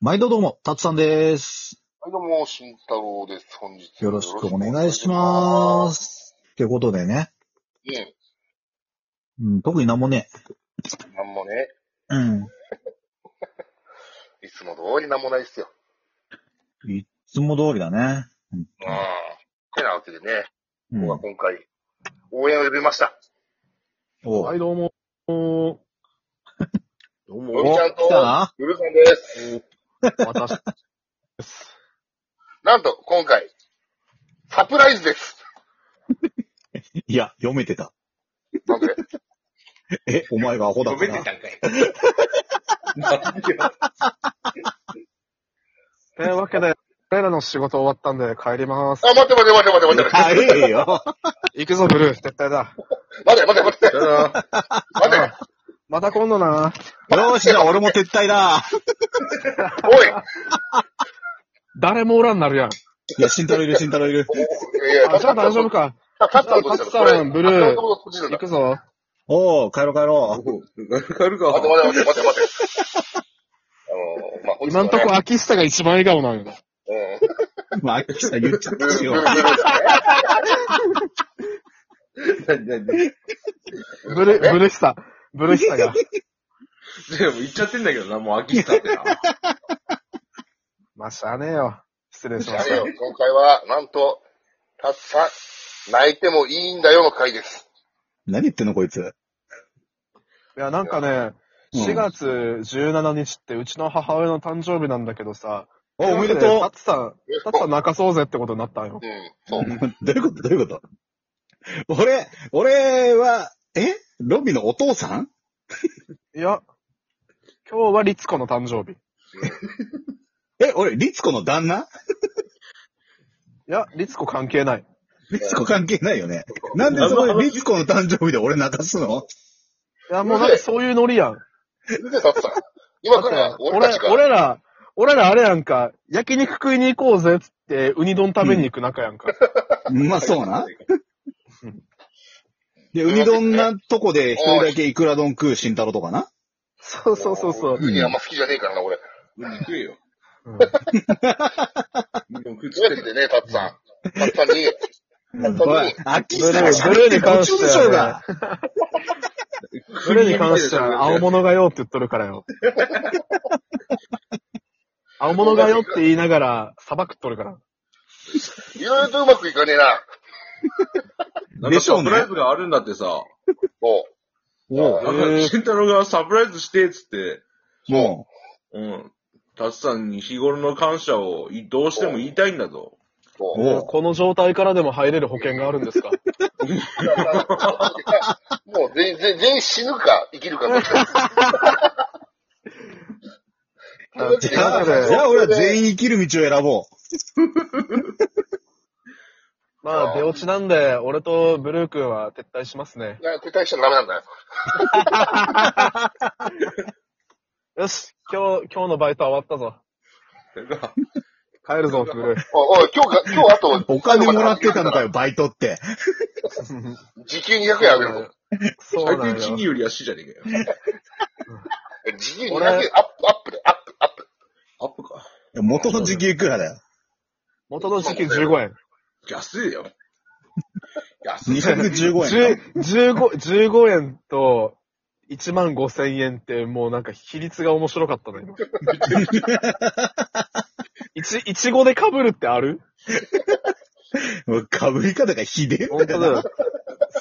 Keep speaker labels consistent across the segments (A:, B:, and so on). A: 毎度どうも、たつさんです。
B: はい、どうも、慎太郎です。本日
A: よろしくお願いしま。す。ってことでね、
B: ね
A: うん、特になんもね、
B: なんもね、
A: うん、
B: いつも通りなんもないっすよ。
A: いつも通りだね。
B: ああ。てなわけでね、
A: うん、
B: 僕は今回、応援を呼びました。
A: お
C: は
A: う
C: い、どうも。
B: よ
C: どう
B: み
C: も
B: ち。ゃんと
A: 来、たな
B: ゆるさんです。
C: 私、
B: なんと、今回、サプライズです。
A: いや、読めてた。
B: なんで
A: え、お前がアホだから。
B: たんかい。なんでよ
C: というわけで、俺らの仕事終わったんで帰りまーす。
B: あ、待って待って待って待って待って
A: 早えよ。
C: 行くぞ、ブルー。絶対だ。
B: 待って待って待って待って
C: また今度な。
A: よし、じゃあ俺も撤退だ。
B: おい
C: 誰もおらんなるやん。
A: いや、慎太郎いる、慎太郎いる。
B: いやいや、
C: あ、じゃあ大丈夫か。
B: タツさんとしたら、
C: タツさんブル
B: タツさん
C: ー
B: とした
C: 行
B: ら
C: くぞ。
A: おう、帰ろう帰ろう。
B: 待って待って待って待って待って。あのー、まあ、本日
C: 今
B: は
C: ん
B: ね
C: とこ、秋下が一番笑顔なんよ。
B: うん。
A: まあ、秋さん言っちゃった しよ。
C: ブル、ブル下。ブル下が。
D: でも言っちゃってんだけどな、もう秋下ってな。
C: まあ、しゃあねえよ。失礼しま
B: あ
C: し
B: れ
C: た
B: よ。今回は、なんと、たっさん、泣いてもいいんだよの回です。
A: 何言ってんの、こいつ。
C: いや、なんかね、
A: うん
C: 4月17日ってうちの母親の誕生日なんだけどさ。
A: お、おめで
C: タ
A: と
C: ツさん、タツさん泣かそうぜってことになったんよ。
B: うん、そう。
A: う。 どういうことどういうこと俺、俺は、えロビのお父さん
C: いや、今日はリツコの誕生日。
A: え、俺、リツコの旦那
C: いや、リツコ関係ない。
A: リツコ関係ないよね。なんでそこでリツコの誕生日で俺泣かすの
C: いや、もうなんかそういうノリやん。
B: 見て、たっさん。今から、俺た
C: 俺
B: ちが、
C: 俺ら、俺らあれやんか、焼肉食いに行こうぜっつって、ウニ丼食べに行く仲やんか。
A: うまそうな。で、ウニ丼なとこで一人だけイクラ丼食う慎太郎とかな。
C: そうそうそうそう。
B: いや、あんま好きじゃねえからな、俺。
D: ウニ食えよ。
C: うん
D: でも
B: とい
D: 食っ
B: う
D: て
B: わけ
D: る。
B: でね、たっさん。たっさんに、
A: おい、秋さんが
C: ブ
A: 喋
C: ルー
A: って
C: に
A: る途
C: 関し
A: 中
C: て
A: でしょう
C: は
A: が。
C: ね、ブルーに関しては、青物がよって言っとるからよ。青物がよって言いながら、砂漠食っとるから。
B: いろいろとうまくいかねえな。
D: なん
A: で
D: か
A: しょう
D: サ
A: ね
D: プライズがあるんだってさ。
B: そ
A: おう
D: なん
C: へ
D: か、
C: ー
D: 慎太郎がサプライズして、っつって。
A: も
D: うん。たつさんに日頃の感謝をいどうしても言いたいんだと。
B: う。そう。
A: おう
C: この状態からでも入れる保険があるんですか
B: もう全員、全員全員死ぬか、生きるかどっちか。
A: じ
C: じゃ
A: ゃ
C: あ
A: あ、じゃあ俺は全員生きる道を選ぼ
C: まあ、出落ちなんで、俺とブルー君は撤退しますね。
B: な撤退したらダメなんだよ。
C: よし、今日、今日のバイトは終わったぞ。
D: だから
C: 帰るぞ、ブルー。
B: おい、おい今日か、今日あと、
A: う。お金もらってたのかよ、バイトって。
B: 時給200円あげるぞ。
C: そう
D: 最
C: なん
D: 低賃金
C: よ。
D: より安いじゃねえかよ。
B: 時給200円、アップ、アップで、アップ、アップ。
D: アップか。
A: 元の時給いくらだよ。
C: 元の時給15円。
D: 安いよ。安い。
A: 215円。
C: 10 15、15円と1万5千円ってもうなんか比率が面白か ったの今。いち、いちごで被るってある
A: かぶり方がひでえんだ
C: 本当
A: よ
C: だ
A: な
C: よ。。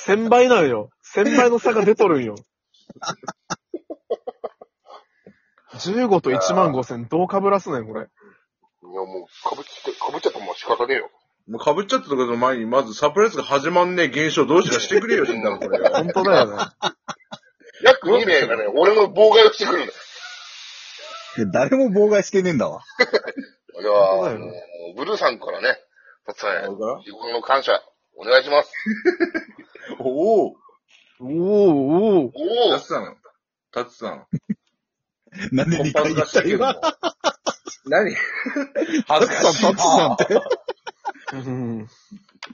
C: 1000倍なんよ。1000倍の差が出とるんよ。15と1万5千どう被らすねん、これ。
B: いや、もう、かぶっちゃって、かぶっちゃったもん仕方ねえよ。
D: もう被っちゃったところの前に、まずサプライズが始まんねえ現象どうしかしてくれよ、慎太郎、これ。
C: 本当だよね。
B: 約2名がね、俺の妨害をしてくるんだ
A: 誰も妨害してねえんだ わ。
B: よ。いや
C: そうだよ
B: ー、もうブルーさんからね、たつさんへ
D: あれかな、
B: 日頃の感謝、お願いします。
D: おお
C: おおおー
B: お
D: タ
B: お
D: ツさん。タツさん。
A: なんで2回言った今。
D: 何恥ずかしい
A: タツさん、タ ツさんって。
C: うん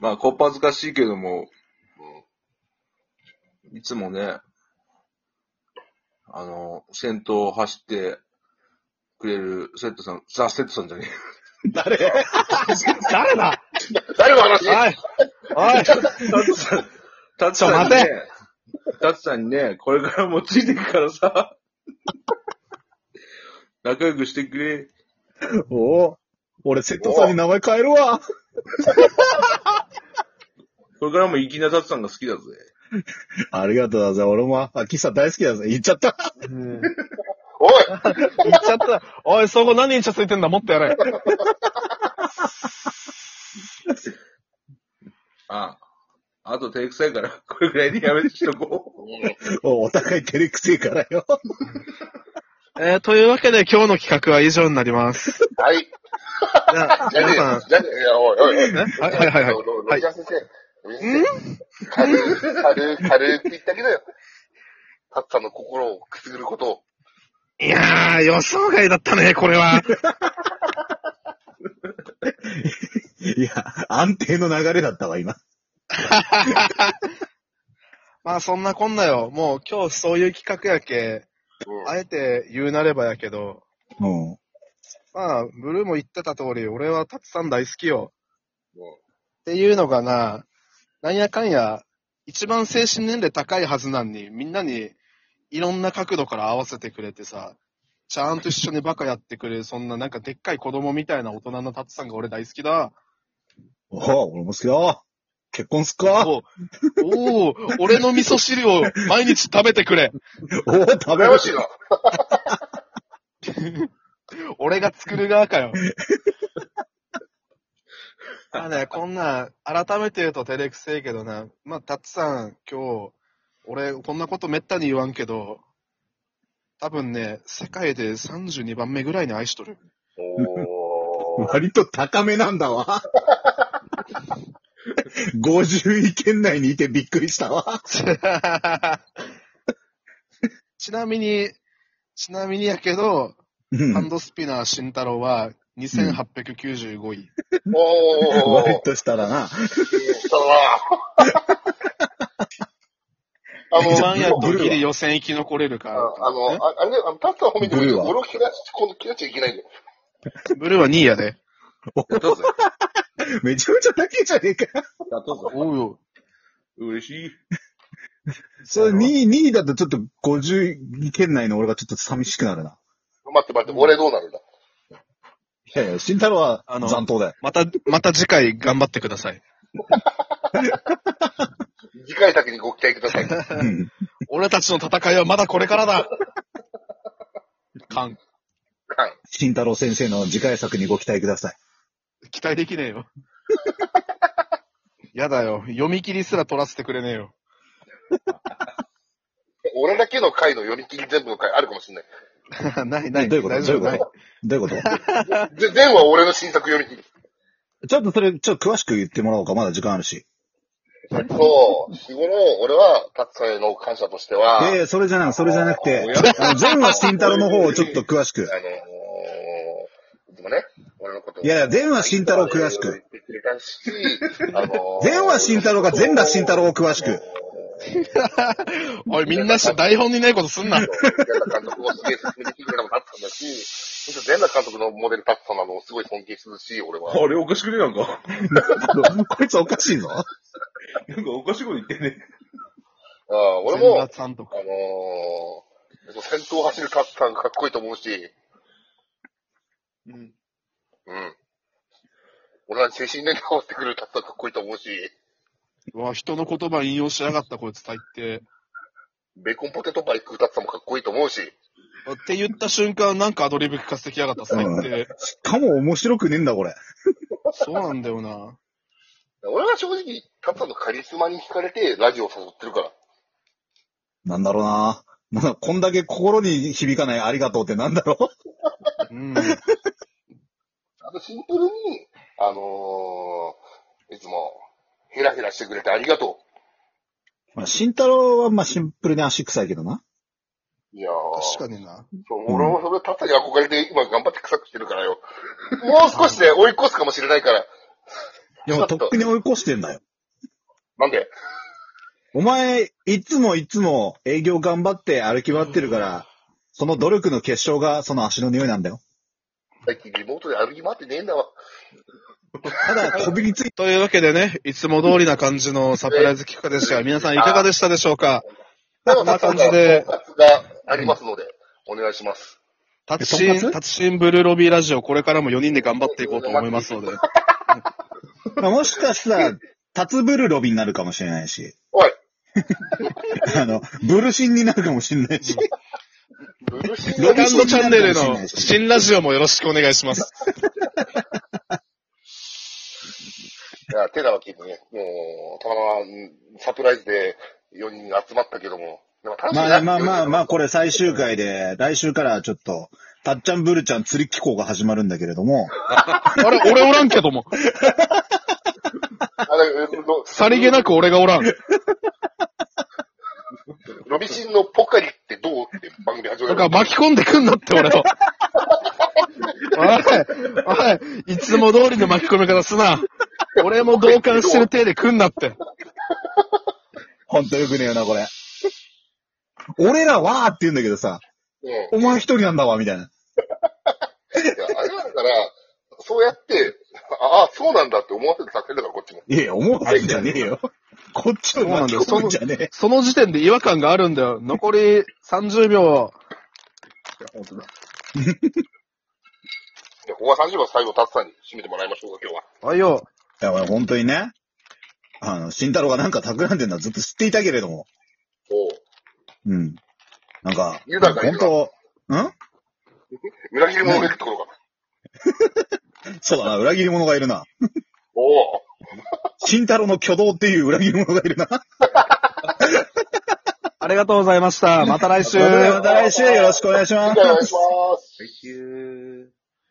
D: まあ、こっぱずかしいけども、いつもね、あの、先頭を走ってくくれるセットさん、ザ・セットさんじゃね
A: 誰
C: 誰だ
B: 誰の話
C: おいおい
D: え。タツさん、タツさんにね、タツさんにね、これからもついていくからさ、仲良くしてくれ。
A: おお俺、瀬戸さんに名前変えるわ。
D: これからも粋なタツさんが好きだぜ。
A: ありがとうだぜ。俺も、あ、喫茶大好きだぜ。言っちゃった。
C: うん
B: おい
C: 言っちゃった。おい、そこ何インチャついてんだもっとやれ。
D: ああ。あと手臭いから、 これくらいにやめてしとこ
A: おお互い照れくせえからよ。
C: えー、というわけで今日の企画は以上になります。
B: はい。
C: じゃあ
B: じゃねえ
C: 皆さん
B: よ、じゃねえよ、おいおいおい。
C: え はいはいはいはい。
B: ロジャー先生。軽く、軽く、軽く言ってあげなよ。タッツさんの心をくすぐることを。
C: いやー、予想外だったね、これは。
A: いや、安定の流れだったわ、今。
C: まあそんなこんなよ。もう今日そういう企画やけ、
B: うん
C: あえて言うなればやけど、
A: うん。
C: まあ、ブルーも言ってた通り、俺はたくさん大好きよ。
B: うん
C: っていうのがな、なんやかんや、一番精神年齢高いはずなんに、みんなにいろんな角度から合わせてくれてさ、ちゃんと一緒にバカやってくれる、そんななんかでっかい子供みたいな大人のタツさんが俺大好きだ。
A: おお俺も好きだ。結婚すっか
C: おうおう俺の味噌汁を毎日食べてくれ。
A: おお食べ
B: 羨
A: ま
B: ま
A: し
B: し
A: い
B: いな。
C: 俺が作る側かよ。まあね、こんなん、改めて言うと照れくせえけどな。まあ、たつさん、今日、俺、こんなことめったに言わんけど、多分ね、世界で32番目ぐらいに愛しとる。
B: おー。
A: 割と高めなんだ わ。50位圏内にいてびっくりしたわ。
C: ちなみに、ちなみにやけど、
A: うん
C: ハンドスピナー慎太郎は2895位。
B: おー
A: 割。としたらな。
B: そうだなあ
C: 一
B: の、
C: 番やとギリ予選生き残れるか
B: ああ
C: ら。ね
B: の、ああれだよ、あの、タッツさん褒めてもいい
A: ブルーは
B: 俺を切らし、今度切らしちゃいけないんだよ。
C: ブルーは2位やで。
D: う。やったぜ。
A: めちゃめちゃ高いじゃねえ か。
D: やったぞ。
C: おうよ。
D: 嬉しい。
A: それ2位、2位だとちょっと50位圏内の俺がちょっと寂しくなるな。
B: 待って待って、俺どうなるんだ。
A: いやいや、慎太郎は
C: あの
A: 残党だよ。
C: また、また次回頑張ってください。
B: 次回作にご期待ください。
A: うん
C: 俺たちの戦いはまだこれからだ勘。
B: はい。
A: 慎太郎先生の次回作にご期待ください。
C: 期待できねえ よ。やだよ。読み切りすら取らせてくれねえよ。
B: 俺だけの回の読み切り全部の回あるかもしれない。
C: ないな
A: ね
C: い。
A: どういうこと
C: 大
A: どういう
C: 丈夫ない
A: こ。とどういうこ
B: で、全話俺の新作読み切り。
A: と ちょっとそれ、ちょっと詳しく言ってもらおうか。まだ時間ある し。
B: そう、日頃、俺は、タッツさんへの感謝としては、
A: ええ、それじゃなく、それじゃなくて
B: おや、
A: あの、全話慎太郎の方をちょっと詳しく。
B: あのー、いつもね、俺のことを
A: いやいや、全話慎太郎を詳し
B: 言
A: く。
B: ってくれたし、あのー、
A: 全話慎太郎が全裸慎太郎を詳しく。
C: おい、みんなし台本にねえことすんな。
B: 全裸監督をすげえ勧めてきてくれたのもタッツさんだし、むしろ全裸監督のモデルタッツさんなのをすごい尊敬するし、俺は。
D: あれおかしくねなんか。
A: こいつおかしいぞ。
D: なんかおかしいこと言ってね。
B: あー俺
C: 千
B: も
C: 田、さんとか
B: あのー、先頭を走るタッツさんがかっこいいと思うし、
D: うん。
B: うん。俺は精神年齢が変わってくるタッツさんかっこいいと思うし、
C: うわ、人の言葉引用しやがった、こいつ大抵。
B: ベーコンポテトパイ食うタッツさんもかっこいいと思うし、
C: って言った瞬間、なんかアドリブ聞かせてきやがった、最低。
A: しかも面白くねえんだ、これ。
C: そうなんだよな。
B: 俺は正直、タッツさんのカリスマに惹かれてラジオを誘ってるから。
A: なんだろうな。 まだこんだけ心に響かないありがとうってなんだろう。
C: うん。
B: あとシンプルに、あのー、いつも、ヘラヘラしてくれてありがと
A: まあ、慎太郎はまあシンプルに足臭いけどな。
B: う。いやー、
C: 確かにな。
B: そう俺もそれタッツさんに憧れて今頑張って臭くしてるから よ。もう少しで追い越すかもしれないから。
A: いや、もうとっくに追い越してんだよ。
B: なんで
A: お前、いつもいつも営業頑張って歩き回ってるから、その努力の結晶がその足の匂いなんだよ。
B: 最近リモートで歩き回ってねえんだわ。
A: ただ、こびりついて、
C: というわけでね、いつも通りな感じのサプライズ企画でしたが、皆さんいかがでしたでしょうかこんな感じで
B: 統括がありますので、お願いします。
C: タッチン、タッチンブルーロビーラジオ、これからも4人で頑張っていこうと思いますので。
A: まあもしかしたら、タツブルロビになるかもしれないし、
B: おい、
A: あの、ブルシンになるかもしれないし、
B: ブルーシ
C: ロ
B: ー
C: ガンドチャンネルの新ラジオもよろしくお願いします。
B: が手なわけでね、もう、たまたまサプライズで4人集まったけども、でも楽しい
A: ま
B: な
A: あまあまあま
B: あ。
A: あ、これ最終回で、来週からちょっと、たっちゃんブルちゃん釣り機構が始まるんだけれども、
C: あれ、俺おらんけども。
B: あれロ
C: さりげなく俺がおらん。
B: ロビシンのポカリってどうって番組始ま
C: だ
B: る
C: から巻き込んでくんなって、俺を。おい、おい、いつも通りの巻き込み方すな。俺も同感してる体で来んなって。
A: ほんとよくねえよな、これ。俺らはーって言うんだけどさ、
B: うん。いや、
A: お前一人なんだわ、みたいな。
B: あれだから、そうやって、ああ、そうなんだって思わせてたせだから、こっちも。
A: いやいや、思わせんじゃねえよ。こっちを巻き込むんじゃねえ。
C: その時点で違和感があるんだよ。残り30秒。
B: じゃあ、ここは30番最後、タツさんに締めてもらいましょうか、今日は。
C: はいよ。
A: いや、俺本当にね、あの、慎太郎がなんか企んでるのはずっと知っていたけれども、
B: おう。
A: うん。なんか、
B: ユダがいるな
A: 本当、ん
B: 裏切り者がいるってことか。
A: そうだな、裏切り者がいるな。
B: おお。
A: 慎太郎の挙動っていう裏切り者がいるな。
C: ありがとうございました。また来週。
A: また来週よろしくお願いします
B: お。願いします。